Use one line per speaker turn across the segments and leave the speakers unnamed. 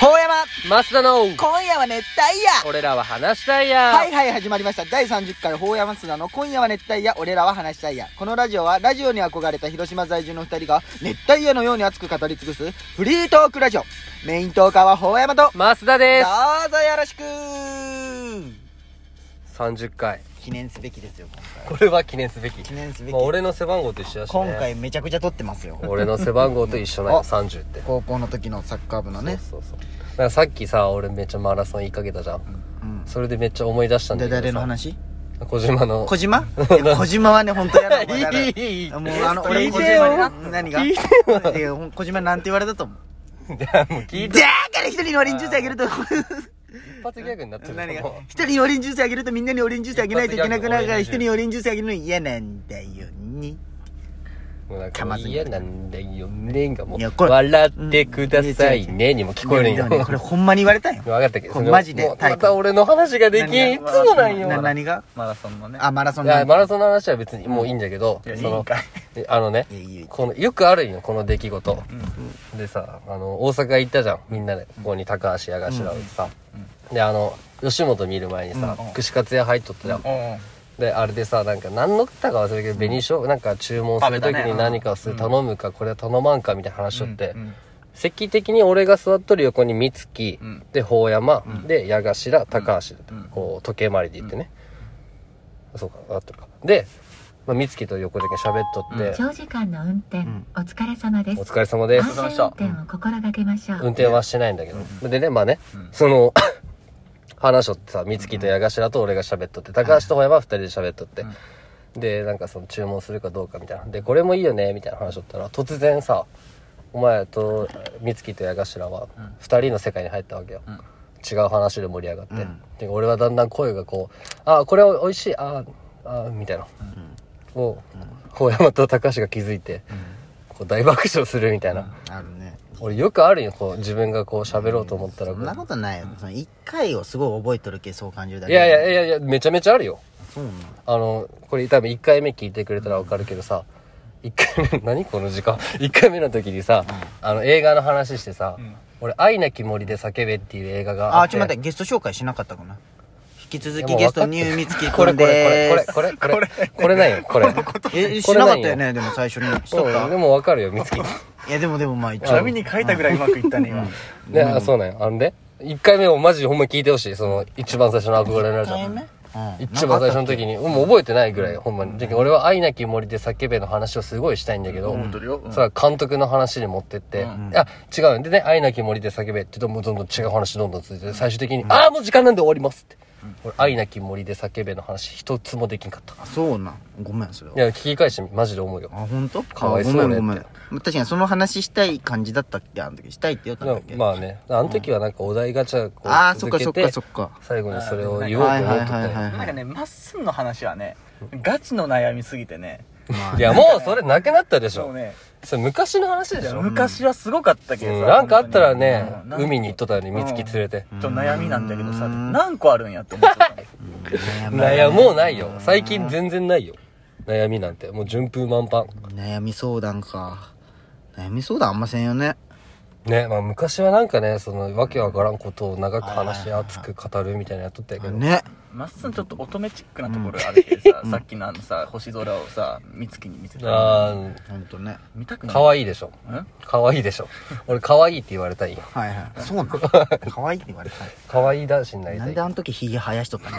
ほうやま
マスダの
今夜は熱帯夜
俺らは話したいや
はいはい、始まりました。第30回、ほうやますだの、今夜は熱帯夜、俺らは話したいや。このラジオは、ラジオに憧れた広島在住の二人が、熱帯夜のように熱く語り尽くす、フリートークラジオ。メイントーカーはほうやまと、どう
マスダで
ぞよろしく
す30回
記念すべきですよ、今回。
これは記念すべき
記念すべき。
まあ、俺の背番号と一緒だし、ね、
今回めちゃくちゃ撮ってますよ。
俺の背番号と一緒なの
あ
30って
高校の時のサッカー部のね。
そうそうそうだからさっきさ俺めっちゃマラソン言いかけたじゃん、
うん。
それでめっちゃ思い出したんだ
で、
けどさ
誰の話
小島の
小島 いや小島はね、ほんとやだ。お前ら
いいいいいい
もう、 あの、俺、小
聞いてよ
島に、何がいや小島なんて言われたと思う。
じゃあもう聞いて
だから一人にオレンジジュースあげ ると、
一発ギャグになってる
何が
もう、
一人にオレンジジュースあげるとみんなにオレンジジュースあげないといけなくなるから、
一
一人
発ギ
にオレンジジュースあげるの嫌なんだよね。
もうなんか
噛
も
ま
う
ずに
嫌なんだよねんがも
いや
う
これ
笑ってくださいねにも聞こえるん
で
や
もねこれほんまに言われたんよ。
分かったけど
これ
その
マジで
もう
体育
また俺の話が できんいつもなんよ
な何が
マラソンのね。
あ、マラソン
いや
の。
マラソンの話は別にもういいんだけど、
や
そ
いい
の
んかい
えあのね
いやいいよ
このよくあるんよこの出来事、でさあの大阪行ったじゃんみんなでここに高橋やがしらでさ、であの吉本見る前にさ、
うん
串カツ屋入っとったじゃん、
うん。
であれでさなんか何のったか忘れたけど紅しょうなんか注文する時
食べたね
に何かをする頼むかこれは頼まんかみたいな話しとって、
うんうん
席的に俺が座っとる横に美月、
うん
で法山、で矢頭高橋、
うん
こう時計回りで言ってね、そうか合ってるかで、まあ、美月と横で喋っとって、
長時間の運転、
ん
お疲れ様で
お
す
疲れ様です、
安全運転を心がけましょう、
運転はしてないんだけど、でねまあね、その 話しとってさ美月と矢頭と俺が喋っとって高橋と小山は2人で喋っとって、でなんかその注文するかどうかみたいなでこれもいいよねみたいな話しとったら突然さお前と美月と矢頭は2人の世界に入ったわけよ、違う話で盛り上がって、で俺はだんだん声がこう「あこれおいしいああ」みたいな、を小山と高橋が気づいて、こう大爆笑するみたいな。
あるね。
俺よくあるよこう自分がこう喋ろうと思ったら
そ
こ
んな
う
ことないよ。その一回をすごい覚えとるけ、そう感じるだ
い
け。
やいやいやいやめちゃめちゃあるよ
そうなの。
あのこれ多分1回目聞いてくれたら分かるけどさ1回目 何この時間1回目の時にさあの映画の話してさ俺「愛なき森で叫べ」っていう映画が
あ、
あっ
ちょ
て
っと待って、ゲスト紹介しなかったかな。引き続
いや
き
もう
ゲスト、ニュ
分かっ
ーミツキ
これ
君
これ
でーす。
これこれこれこれこれないよこれ
え、しなかったよね、でも最初に。しとっ
そう
た
でも分かるよ美月
いや、でもでもまあ一
ちな
応。
みに書いたぐらいうまくいったね、今。
ねあそうなんよあのね1回目をマジほんま聞いてほしいその一番最初の憧れのやつ
うん
一番最初の時にもう覚えてないぐらいよほんまに、で俺は「愛なき森で叫べ」の話をすごいしたいんだけど、
本当だようん
それは監督の話に持ってって「あ違うんでね愛なき森で叫べ」って言うともうどんどん違う話どんどん続いて最終的に「ああもう時間なんで終わります」って、俺「愛なき森で叫べ」の話一つもできんかった
あそうなんごめんそれはい
や聞き返してみマジで思うよ
あ本当
かわいそうね
あごめんごめん確かにその話したい感じだったっけあの時したいって言ったんだっけ、
まあねあの時はなんかお題ガチャこ
ああ
う
そっか
続
そっ
け
か
て
そっか
最後にそれを言おうと
は
思
いはい
っ
は
て
いは
た
い
よ
なんかね、まっすんの話はね、ガチの悩みすぎてね。
いやもうそれなくなったでし
そう
ょ、
ね。
それ昔の話でしょ
昔はすごかったけど
うん
さ。
なんかあったらね
本、当
海に行っとったのに、美月連れて。
ちょっと悩みなんだけどさ、
うん
何個あるんやって思ってたの。
悩み
悩もうないよ。最近全然ないよ。悩みなんて。もう順風満帆。
悩み相談か悩み相談あんませんよね
ね、まあ昔はなんかね、その、わけわからんことを長く話し熱く語るみたいなのやっとったんやけど。
ね
まっすんちょっと乙女チックなところあるけどさ、さっきのあのさ、星空をさ、美月に見せた。
あ
ほんとね
見たく
ー、
ない。
可愛いでしょ。
ん
可愛い でしょ。俺可愛いって言われたいよ。
はいはいそうな の可愛いって言われたい
可愛い男子になり
な
た
ん
い
で。あの時ひげ生やしとったの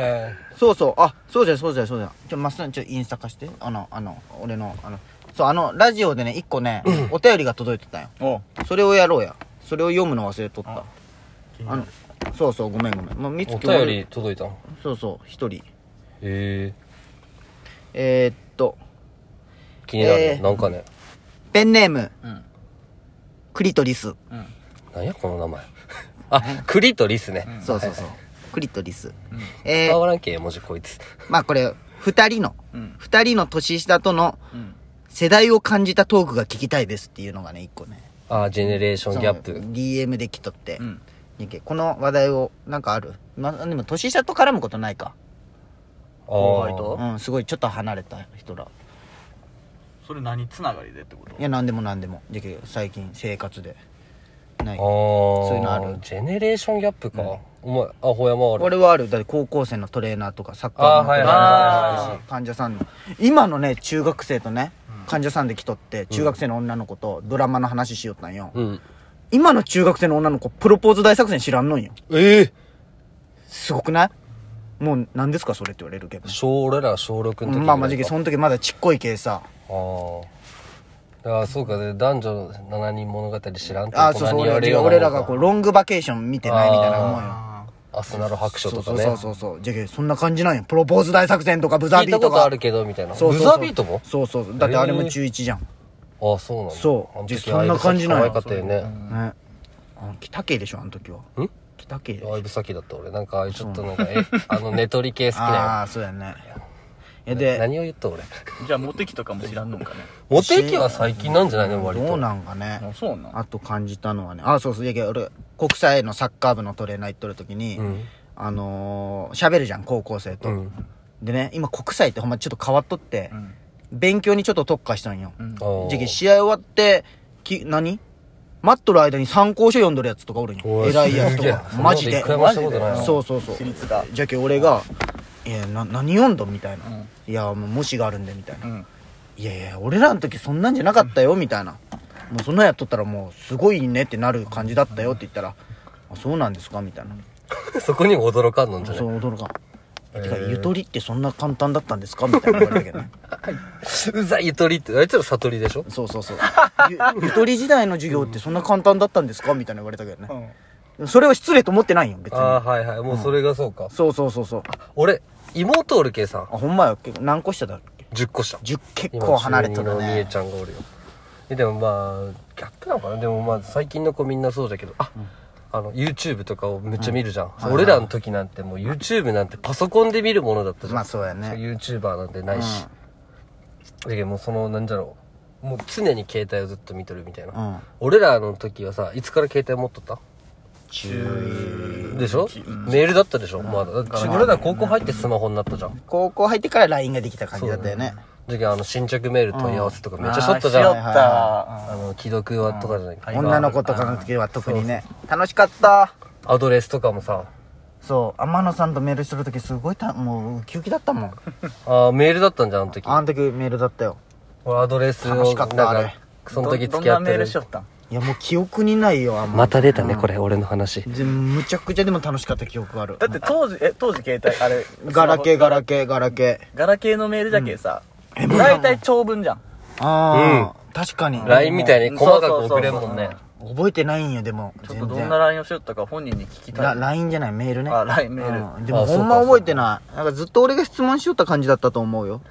いやいや
そうそうあそうじゃんそうじゃんそうじゃんちょまっすぐちょインスタ化してあのあの俺のあのそうあのラジオでね一個ねお便りが届いてたんよ
おう
それをやろうやそれを読むの忘れとったあのそうそうごめんごめん、まあ、みつ
お
きは
便り届いたの
そうそう一人
へえ。
えー、っと
気になる
え
ね。
ー
なんかね。
ペンネーム、
うん
クリトリス、
うん。
なんやこの名前。 あ、クリとリスね。
そうそう そうクリトリス、え
伝
ー、
わらんけ、絵文字こいつ。
まあこれ二人の
うん
二、人の年下との
うん。
世代を感じたトークが聞きたいですっていうのがね一個ね
あー、ジェネレーションギャップ
そ。の DM で来とって、
うん。
やけこの話題をなんかあるまあでも年下と絡むことないか
あ
後輩
ー
と
うんすごいちょっと離れた人ら
それ何つながりでってこと
いや何でも何でもできる最近生活でない
あそう
いうのある
ジェネレーションギャップか、お前あほやまある
俺はあるだって高校生のトレーナーとかサッカーのトレーナ
あーはいは
ー
いはい
とか患者さんの今のね中学生とね患者さんで来とって中学生の女の子とドラマの話しよったんよ、
うん
今の中学生の女の子プロポーズ大作戦知らんのんよ
ええ
すごくないもう何ですかそれって言われるけどね
小俺ら小6の時
まあまあじき
あ
その時まだちっこい系さ
あーあーそうかで男女7人物語知らんって
ああそうそう
大人に言わ
俺
れるような
俺らがこうロングバケーション見てないみたいな思うよ
あ
アスナル白書とかね
そうそうそうそうじゃけそんな感じなんよプロポーズ大作戦とかブザー
聞い
ビー
た
ト
ことあ
が
るけどみたいな
そうそうそう
ブザービートも
そうそうそうだってあれも中1じゃん、
ああそうなんだ
そう
あの
で
時
そんな感じなん
可
や
愛かったよね
ねあ北系でしょあの時は
ん
北系でし
だ
ょ
いぶ先だった俺なんかああいうちょっとなんかえあの寝取り系好 き
あ
な
あそうやねえ
よ
で
何を言った俺
ーじゃあモテ期とかも知らんのかね
モテ期は最近なんじゃないの割と
どうなんかね
あそうなん
あと感じたのはねあそうそういやけど俺国際のサッカー部のトレーナー行っとる時に、
うん
あのー喋るじゃん高校生と、
うん
でね今国際ってほんまちょっと変わっとって、
ん
勉強にちょっと特化したんよ、
うん
あー
じゃけ試合終わってき何待っとる間に参考書読んどるやつとかおるんよ
おい
偉いやつ
す
と
げえ
かマジで
そんなこと一回もしたことないな
そうそうそう
私立だ
じゃけ俺が「いやな何読んどん?」みたいな「
うん
いやもう模試があるんで」みたいな「
うん
いやいや俺らの時そんなんじゃなかったよ」みたいな「もうそんなんやっとったらもうすごいね」ってなる感じだったよって言ったら「あそうなんですか?」みたいな
そこにも驚かんのんじゃ
そ
ないう
驚かん。
へー
てかゆとりってそんな簡単だったんですかみたいな言われたけど ね
うざいゆとりってあいつら悟りでしょ
そうそうそうゆゆとり時代の授業ってそんな簡単だったんですかみたいな言われたけどね、それは失礼と思ってないよ、別に。
ああーはいはいもうそれがそうか
そうそうそうそう。あ、
俺妹おるけさん
ほんまよ。結構何個下だっけ
10個下
?10 結構離れと
今
る
中二の姉
ね
ち。ゃんがおるよえでもまあギャップなのかなでもまあ最近の子みんなそうだけどあ、あの YouTube とかをめっちゃ見るじゃん、そう俺らの時なんてもう YouTube なんてパソコンで見るものだったじゃん、
まあそうや
そう
ね。
YouTuber なんてないし、だけどもうそのなんじゃろうもう常に携帯をずっと見とるみたいな、
うん。
俺らの時はさいつから携帯持っとった
中
でしょ、メールだったでしょ、まだだって俺ら高校入ってスマホになったじゃん、
高校入ってから LINE ができた感じだったよね。
だけどあの新着メール問い合わせとかめっちゃしょったじ
し
ゃ
ょ
ん、
い
った
あの既読はとかじゃない、
うん
女の子とかの時は特にね。楽しかった。
アドレスとかもさ
そう。天野さんとメールする時すごいた、もうウキウキだった もん。
あーメールだったんじゃんあの時
あの時メールだったよ。
俺アドレスを
楽しか
な
っ
ん
たあれ
かその時
ど
付
ん
き合
な
って
メー
る
ルしよったん
いやもう記憶にないよ、あん
また出たねこれ俺の話
でむちゃくちゃでも楽しかった記憶がある。
だって当時え当時携帯あれ
ガラケー、ガラケー、ガラケー。
ガラケーのメールじゃけさ大体長文じゃん
ああ、確かに。
LINE みたいに細かく
そうそうそうそう
送れんもんね
覚えてないんよでも
ちょっとど
全
んな
然
LINE をしよったか本人に聞きた
ラ
い
LINE じゃないメールね
あ LINE メール
うんでも
あそう
ほ
か
んま覚えてないなんかずっと俺が質問しよった感じだったと思う よ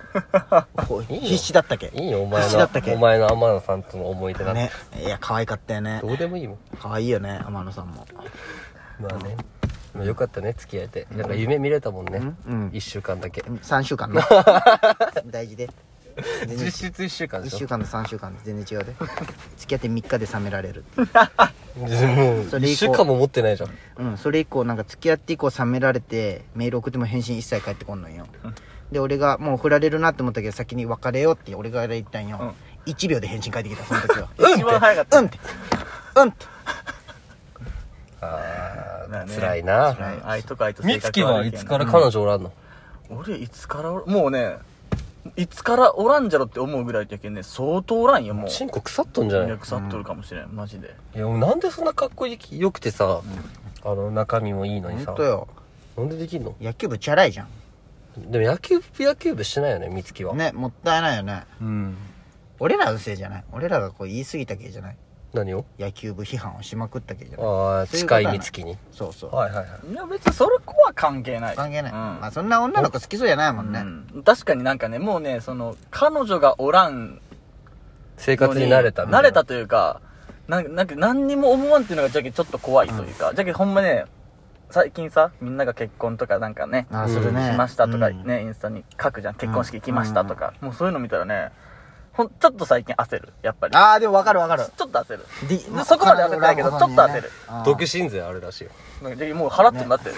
こう
いいよ
必死だったけ
いいよお前
必死だったっけ
のお前の天野さんとの思い出なんて、
ねいや可愛かったよね
どうでもいいもん
可愛いよね天野さんも
まあねでもよかったね付き合えてなんか夢見れたもんね、
うん
1週間だけ
3週 間ね大事で全然
実質1週間で
1
し
週
ょ
間と3週間で全然違うで付き合って3日で冷められるって
もう1週間も持ってないじゃん
うん、それ以降なんか付き合って以降冷められてメール送っても返信一切返ってこんのんよで俺がもう振られるなって思ったけど先に別れようって俺から言ったんよ、1秒で返信返ってきたその 時は
一番早かった
うんってうんって
あ
まあ
あ
ね
辛いな
辛い
愛とか愛と性
美
格
月はいつから彼女おらんの、
俺いつからおらもうねいつからおらんじゃろって思うぐらいだけどね相当おらんよもう
チンコ腐っとんじゃない
いや腐っとるかもしれんマジで
いやなんでそんなかっこいいよくてさ、あの中身もいいのに
ほ
さ
んとよ
なんでできんの
野球部チャラいじゃん
でも野球部野球部してないよね美月は、
ねもったいないよね
うん
俺らのせいじゃない俺らがこう言い過ぎたけじゃない
何を
野球部批判をしまくったけじゃない
ああ
そういうこと
近い
はない
美月に
そうそう
はいはいはい
いや別にそれ子は関係ない
関係ない、
うん
まあそんな女の子好きそうじゃないもんね、
うん確かになんかねもうねその彼女がおらん
生活に慣れたみいな
慣れたというかなんなんか何にも思わんっていうのがじゃけちょっと怖いというか、じゃけほんまね最近さみんなが結婚とかなんかね
ああするね
しましたとか
うん
ね、インスタに書くじゃん結婚式行きましたとか、もうそういうの見たらねほんちょっと最近焦るやっぱり
ああでも分かる分かる
ちょっと焦る
で
そこまで焦ってないけどちょっと焦る
独身税あるらしいよ
なんかじゃけもう払ってんだって、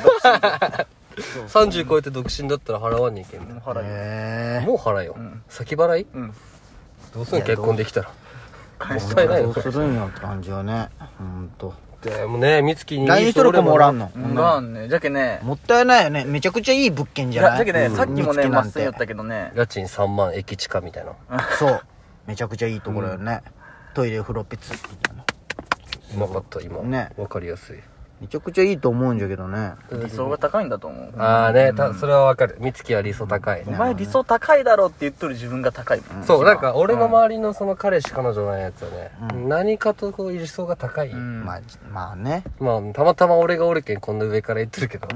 30超えて独身だったら払わんにいけんね
もう払い、
へえ
もう払いよ、
ん
先払い
うん
どうすんの結婚できたら
も
もったいない
ど
よ
うするんやって感じよねほんと
でもね美月にいい人
LINE しとる子もおらんの
うんまあねじゃけね
もったいないよねめちゃくちゃいい物件
い
じゃ
や
ない
じゃけねさっきもね
うん
まっ
見つ
す
け
ん
なん
言ってたけどね
家賃3万駅地下みたいな
そうめちゃくちゃいいところよねトイレ風呂ピツみたいな
うまかった今
ね
わかりやすい
めちゃくちゃいいと思うんじゃけどね
理想が高いんだと思う
ああねたそれはわかる美月は理想高い
お前理想高いだろって言っとる自分が高いもん
そうなんか俺の周りのその彼氏彼女のやつはね何かとこう理想が高い
うん
まあまあね
まあたまたま俺がおるけんこんな上から言ってるけど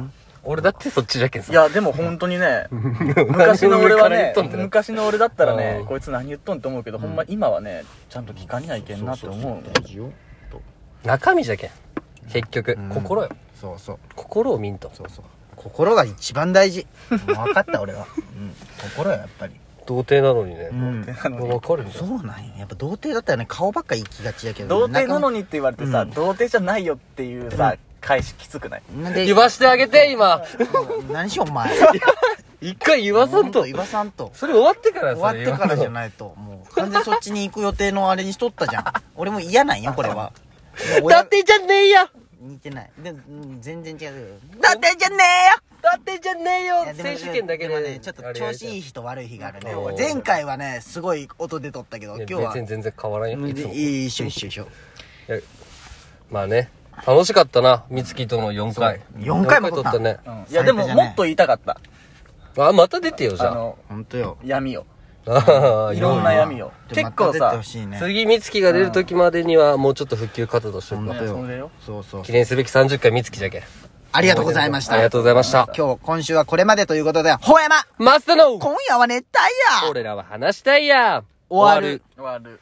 俺だってそっちじゃけんさ
いやでも本当に ね昔の俺はね昔の俺だったらね
うん
こいつ何言っとんって思うけどほんま今はねちゃんと聞かにはいけんなって思うもん
大事よ
中身じゃけん結局
うん
心よ
そうそう
心を見んと
そうそう心が一番大事もう分かった俺は、うん、心よやっぱり
童貞なのにね
うん
わかるんだ
そ
よ
うなんややっぱ童貞だったらね顔ばっか行きがちやけど
童貞なの
に
にって言われてさ
うん
童貞じゃないよっていうさ返しきつくない
なんで
言わしてあげて今
何しよう お前
一回言わさんと
岩さんと
それ終わってから
終わってからじゃ
い
ないともう完全そっちに行く予定のあれにしとったじゃん 俺も嫌なんやこれ は
だってじゃねえや
似てないでうん全然違う
だってじゃねえよだってじゃねえよ
いやでも
選手権だけ
でも
で
ねちょっと調子いい
い
日と悪い日があるね
うん
前回はねすごい音出とったけど今
や
日
別
は
に全然変わらん
う
よ
ん
いつも
いい一緒一緒一緒
いやまあね楽しかったな美月との4回
4回も
撮
撮
っ
ったた
ね
うんいやでももっと言いたかった
あまた出てよじ
あ
ゃあ
の
本当よ
闇を
ああ
いろんな闇を
ちょ
結構
また出て
さ
ほしいね
次美月が出る時までにはもうちょっと復旧活動しておく
本
わ
当
それよ
よそうそう
記念すべき30回美月じゃけん
ありがとうございました
ありがとうございました
今日今週はこれまでということでほうやま
マスターの
今夜は熱帯夜
俺らは話したいや
終わる
終わる